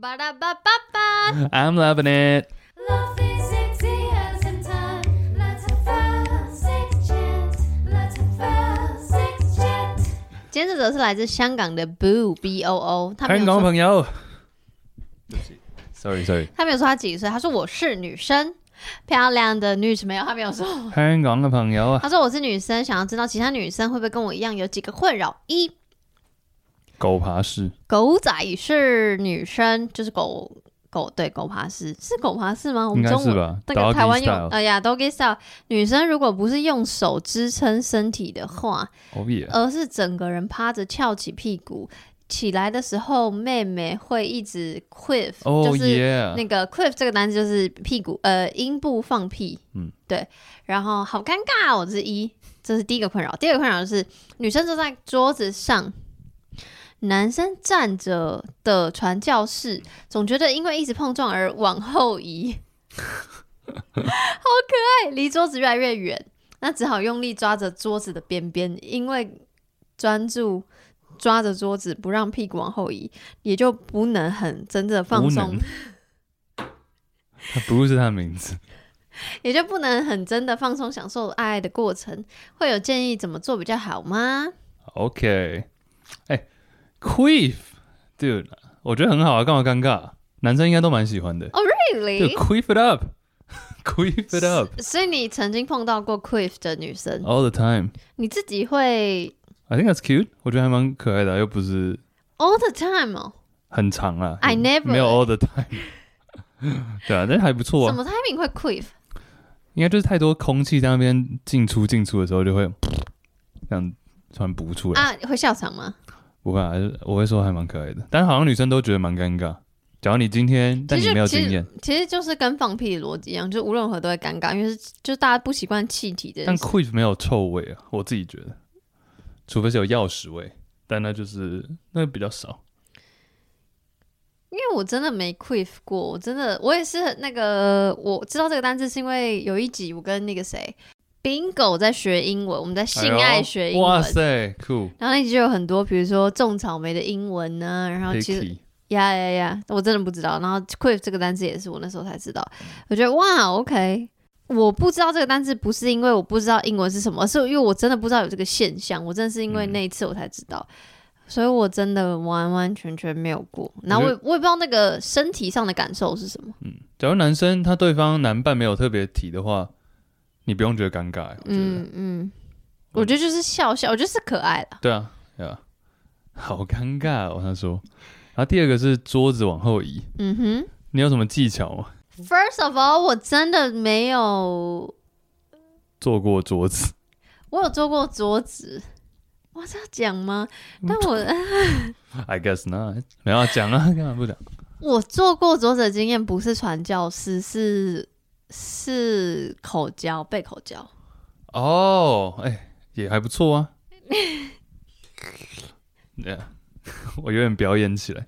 巴拉巴巴巴。 I'm loving it. Love is sexy as in time. Let's have a sex chat. Let's have a sex chat. 今天这则是来自香港的 Boo B O O，他没有香港说朋友，sorry sorry，他没有说他几岁，他说我是女生，漂亮的女生没有，他没有说。香港嘅朋友啊，他说我是女生，想要知道其他女生会不会跟我一样有几个困扰：一，狗爬式狗仔是女生，就是狗狗对狗爬式是狗爬式吗？我应们该中是文吧？那个台湾 Doggy 用 style，哎呀 doggy style，女生如果不是用手支撑身体的话，哦耶，而是整个人趴着翘起屁股，起来的时候妹妹会一直 quiff，、哦就是耶，那个 quiff 这个单词就是屁股，呃，阴部放屁，嗯，对，然后好尴尬哦，这是一，这是第一个困扰。第二个困扰就是女生坐在桌子上，男生站着的传教士，总觉得因为一直碰撞而往后移， 好可爱，离桌子越来越远，那只好用力抓着桌子的边边，因为专注。抓着桌子不让屁股往后移，也就不能很真正地放无松能，它不是他的名字，也就不能很真的放松享受爱爱的过程。会有建议怎么做比较好吗？ OK，哎、q u e e f dude，我觉得很好啊，干嘛尴尬？男生应该都蛮喜欢的。哦、就 really？ q u e e f it up，queef it up 所以你曾经碰到过 quiff 的女生， all the time。你自己会 I think that's cute，我觉得还蛮可爱的啊，又不是 all the time 哦？很长啊。 I never- 没有 all the time。对 啊，但还不错什啊。么 timing 会 quiff？应该就是太多空气在那边进出进出的时候，就会这样突然补出来。啊，会笑场吗？不会、啊，还是我会说还蛮可爱的，但是好像女生都觉得蛮尴尬。假如你今天，但其你实没有其实经验，其实就是跟放屁的逻辑一样，就无论如何都会尴尬，因为是就大家不习惯气体这件但事。 quiff 没有臭味啊，我自己觉得，除非是有钥匙味，但那就是那个比较少。因为我真的没 quiff 过，我真的我也是那个我知道这个单字是因为有一集我跟那个谁 bingo 在学英文，我们在性哎爱呦学英文。哇塞，cool，然后那集就有很多，比如说种草莓的英文呢、然后其实 Picky 呀呀呀，我真的不知道。然后 quiff 这个单词也是我那时候才知道，我觉得哇，OK，我不知道这个单词不是因为我不知道英文是什么，而是因为我真的不知道有这个现象，我真的是因为嗯那一次我才知道。所以我真的完完全全没有过，然后我我也我也不知道那个身体上的感受是什么。假如男生他对方男伴没有特别提的话，你不用觉得尴尬、欸，我觉得。嗯嗯，我觉得就是笑笑，我觉得是可爱啦。对啊，对啊， 好尴尬哦，他说。然后第二个是桌子往后移，嗯哼。你有什么技巧吗？ First of all，我真的没有坐过桌子， 我有做过桌子，我这样讲吗？但嗯我 I guess not，没有啊讲啊， 干嘛不讲？我做过桌子的经验不是传教士，是是口交，被口交。哦，哎，也还不错啊。 对啊， 我有点表演起来。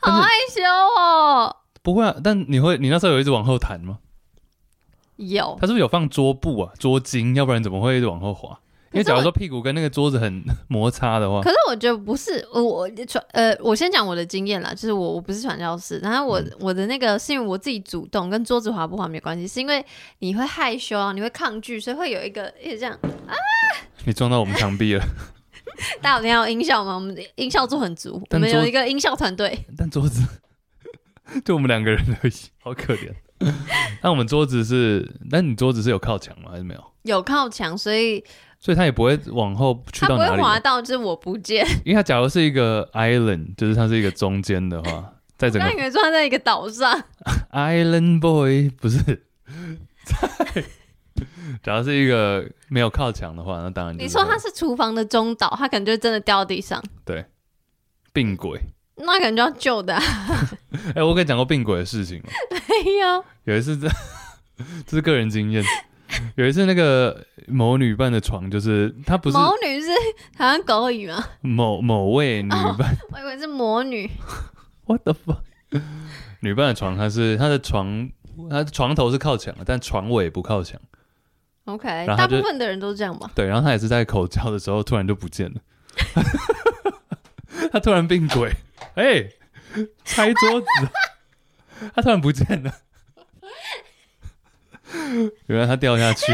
好害羞哦！不会啊，但你会，你那时候有一直往后弹吗？有他，是不是有放桌布啊、桌巾？要不然怎么会一直往后滑？因为可是假我如说屁股跟那个桌子很摩擦的话可，是我觉得不是我我传呃，我先讲我的经验啦，就是我我不是传教士，然后嗯我、我的那个是因为我自己主动，跟桌子滑不滑没关系，是因为你会害羞啊，你会抗拒，所以会有一个一直这样。你撞到我们墙壁了。大家有听到音效吗？我们的音效做很足，我但们有桌一个音效团队。但桌子 就我们两个人而已， 好可怜。但我们桌子是，但你桌子是有靠墙吗？还是没有？有靠墙，所以所以它也不会往后去它到不哪会里滑吗，到，就是我不见。因为它假如是一个 island，就是它是一个中间 的话，在整刚个嗯刚以为说它在一个岛上， island boy 不是， 在假如是一个没有靠墙的话，那当然就是你说会它是厨房的中岛，它可能就真的掉地上，病鬼。那可能就要救的、啊。哎、我跟你讲过病鬼的事情吗？哦哎呀，有一次 这，这是个人经验。有一次，那个某女伴的床就是她不是魔女是好像狗语吗？某某位女伴、我以为是魔女。 w h a t the fuck？女伴的床，她是她的床，她的床头是靠墙的，但床尾不靠墙。 OK，后大它就部分的人都这样吧。对，然后她也是在口交 的时候突然就不见了，她突然病鬼，哎、拆桌子，他突然不见了， 原来他掉下去，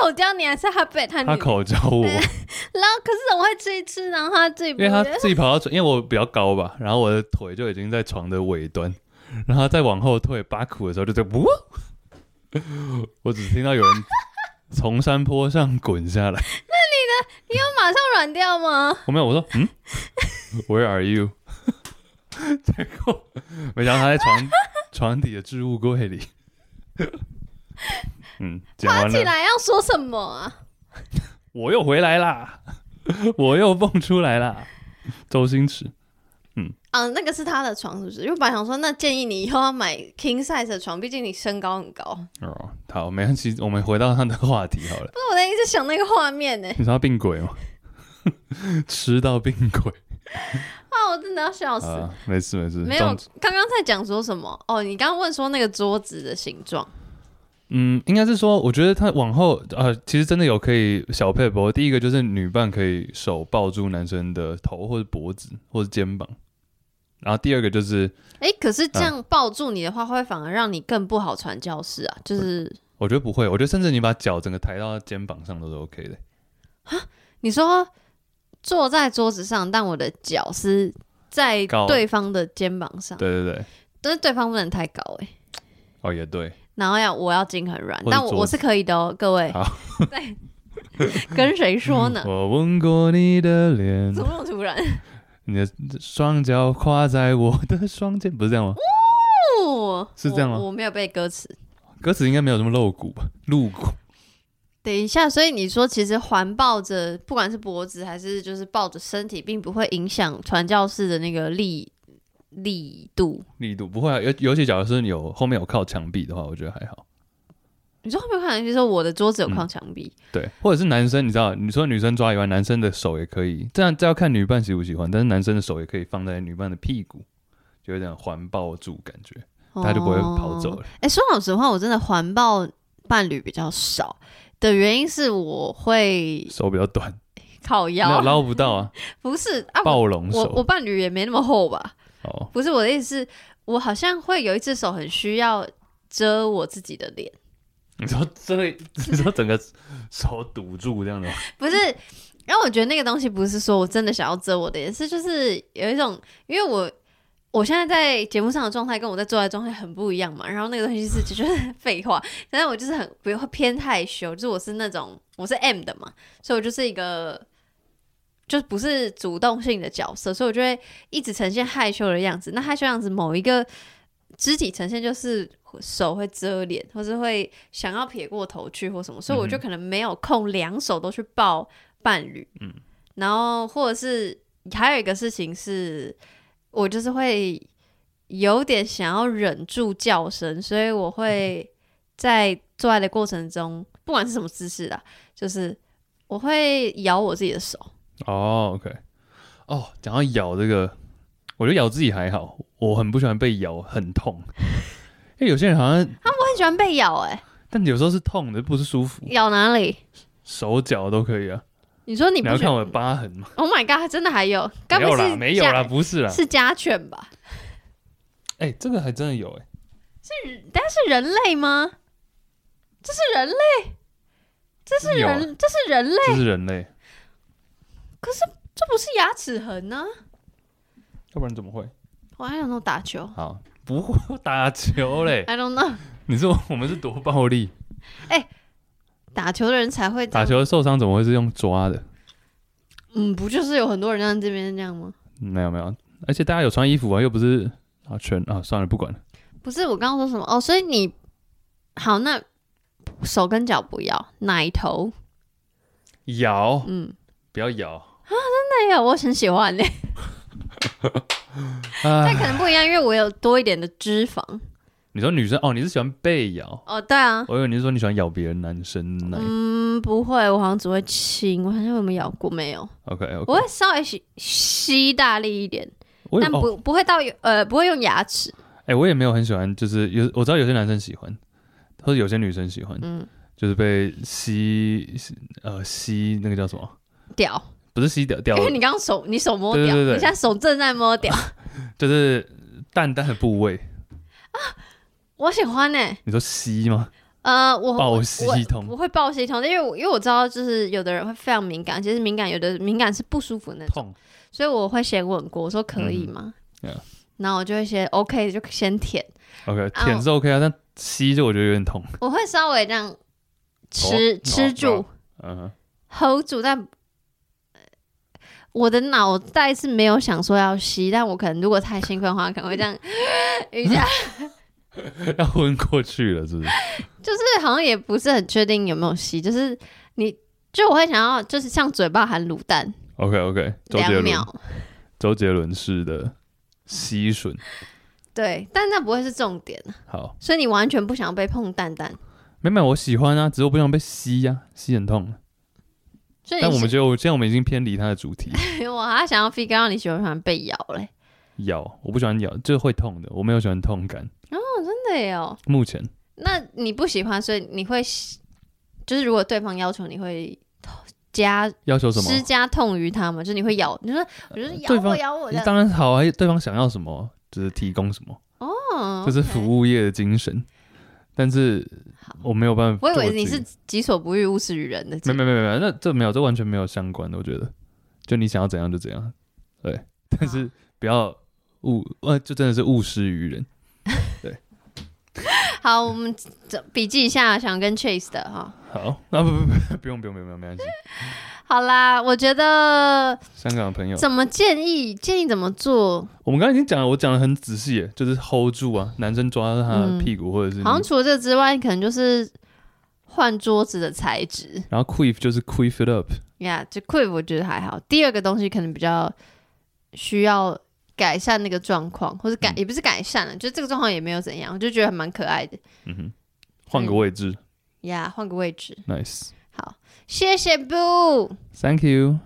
口交你还是他被他女，他口罩我，然后可是怎么会吃一吃，然后他自己不因为他觉得自己跑到床，因为我比较高吧，然后我的腿就已经在床的尾端，然后他再往后退八苦的时候就在不， 我只听到有人从山坡上滚下来，你有哎马上软掉吗？我没有，我说嗯，Where are you？结果没想到他在床床底的置物柜里，嗯，讲爬完起了，来要说什么啊？我又回来啦，我又蹦出来啦，周星驰，啊，那个是他的床是不是？因为我本来想说，那建议你以后要买 king size 的床，毕竟你身高很高。哦，好，没关系，我们回到他的话题好了。不是我在一直想那个画面呢、 你说他病鬼吗？吃到病鬼啊，我真的要笑死。啊！没事没事，没有总之，刚刚在讲说什么？哦，你刚刚问说那个桌子的形状，嗯，应该是说，我觉得他往后呃，其实真的有可以小配博。第一个就是女伴可以手抱住男生的头或者脖子或者肩膀，然后第二个就是诶，可是嗯这样抱住你的话，会反而让你更不好传教士啊。就是我觉得不会，我觉得甚至你把脚整个抬到肩膀上都是 OK 的。你说坐在桌子上，但我的脚是在高对方的肩膀上，对对对，但是对方不能太高诶，哦也对，然后要我要筋很软或，者但我桌子我是可以的哦，各位好。对，跟谁说 呢？嗯我吻过你的脸怎，么那么突然？你的双脚跨在我的双肩，不是这样吗？哦是这样吗我我没有背歌词。歌词应该没有这么露骨吧？露骨。等一下，所以你说其实环抱着，不管是脖子还是就是抱着身体，并不会影响传教士的那个力力度。力度不会、啊，尤尤其假如是有后面有靠墙壁的话，我觉得还好。你说后面看上去说我的桌嗯子有靠墙壁，对，或者是男生，你知道，你说女生抓以外，男生的手也可以，这样这要看女伴喜不喜欢，但是男生的手也可以放在女伴的屁股，就有点环抱住感觉，他就不会跑走哎、了。诶说老实话，我真的环抱伴侣比较少的原因是我会手比较短，靠没有腰，捞不到 啊，不是啊，我暴龙我我手。伴侣也没那么厚吧？哦，不是我的意思是，我好像会有一只手很需要遮我自己的脸。你说这个，你说整个手堵住这样的吗，不是，然后我觉得那个东西不是说我真的想要遮我的也是就是有一种，因为我我现在在节目上的状态跟我在做的状态很不一样嘛，然后那个东西是就觉得 废话，但是我就是很不会偏害羞，就是我是那种我是 M 的嘛，所以我就是一个。就不是主动性的角色，所以我就会一直呈现害羞的样子。那害羞样子，某一个肢体呈现就是手会遮脸，或是会想要撇过头去或什么，所以我就嗯哼可能没有空两手都去抱伴侣。嗯，然后或者是还有一个事情是，我就是会有点想要忍住叫声，所以我会在做爱的过程中，不管是什么姿势啦，就是我会咬我自己的手。 哦，OK，哦，讲到咬这个，我觉得咬自己还好，我很不喜欢被咬，很痛。因为有些人好我像很喜欢被咬、欸，但有时候是痛的，不是舒服，咬哪里？手脚都可以啊。你说你你不要喜欢看我的疤痕吗？ ？Oh my god，真的还有？该没不有会是啦，没有啦，家，不是啦。是家犬吧？哎、这个还真的有哎、是人类吗？这是人类，这是有啊人，这是人类，这是人类，这不是牙齿痕呢、要不然怎么会？我还想说打球好，不会打 球嘞？ ，I don't know，你说我们是多暴力？打球的人才会这打样。球受伤怎么会是用抓的？嗯，不就是有很多人像这边这样吗？没有没有，而且大家有穿衣服啊，又不是啊全啊，算了，不管了。不是，我刚刚说什么？哦，所以你好，那手跟脚不要，奶头，咬，嗯，不要咬。那个我很喜欢欸嘞，但啊，可能不一样，因为我有多一点的脂肪。你说女生哦，你是喜欢被咬？哦，对啊，我以为你是说你喜欢咬别人男生奶。嗯，不会，我好像只会亲，我好像有没有咬过？没有， OK OK，我会稍微吸吸大力一点。我也但哦不、不会到有呃不会用牙齿，哎、我也没有很喜欢，就是有我知道有些男生喜欢，或者有些女生喜欢，嗯，就是被吸呃吸那个叫什么屌不是吸屌屌因，为你刚刚手你手摸对掉，对对对你现在手正在摸掉，就是蛋蛋的部位。我喜欢呢、欸你说吸吗？呃，我爆吸我痛我会爆吸痛，因为我因为我知道，就是有的人会非常敏感，其实敏感有的敏感是不舒服的那种，痛，所以我会先吻过，我说可以吗？嗯，yeah 然后我就会先 OK 就先舔， OK，啊舔是 OK 啊，但吸就我觉得有点痛。我会稍微这样吃、哦吃住、嗯哼， hold 住，但呃我的脑袋是没有想说要吸，但我可能如果太兴奋的话，可能会这样 一下，要昏过去了，是不是？就是好像也不是很确定有没有吸，就是你就我会想要就是像嘴巴含卤蛋 OK OK，周杰两伦，秒。周杰伦式的吸吮，对，但那不会是重点，啊好，所以你完全不想被碰蛋蛋，没买我喜欢啊，只是我不想被吸呀、吸很痛。所以但你我们是觉得我这样我们已经偏离它的主题， 我还想要 figure out 你喜不喜欢被咬嘞？咬我不喜欢咬，这会痛的，我没有喜欢痛感。真的耶哦，目前那你不喜欢，所以你会喜就是如果对方要求，你会加要求什么？呃施加痛于他吗？就是你会咬，你说我就是咬对我方咬我你的，当然好啊，对方想要什么就是提供什么，哦这是 OK 服务业的精神。但是好我没有办法我以做自己，为你是己所不欲，勿施于人的。没没没没没，那这没有，这完全没有相关的，我觉得，就你想要怎样就怎样，对，但是不要误，呃，就真的是误施于人。好，我们这笔记一下，想跟 Chase 的哈。好，那、不不不，不用不用不用不用，没关系。好啦，我觉得香港的朋友，怎么建议，建议怎么做，我们刚才已经讲了，我讲的很仔细耶，就是 hold 住啊，男生抓他的屁股或者是你，嗯好像除了这之外，可能就是换桌子的材质然后 queef 就是 queef it up，呀。这 q u i 我觉得还好。第二个东西可能比较需要改善那个状况，或者改、嗯也不是改善了，就这个状况也没有怎样，我就觉得还蛮可爱的嗯哼，换个位置、呀。换个位置， n i c e 好，谢谢 Boo。 Thank you。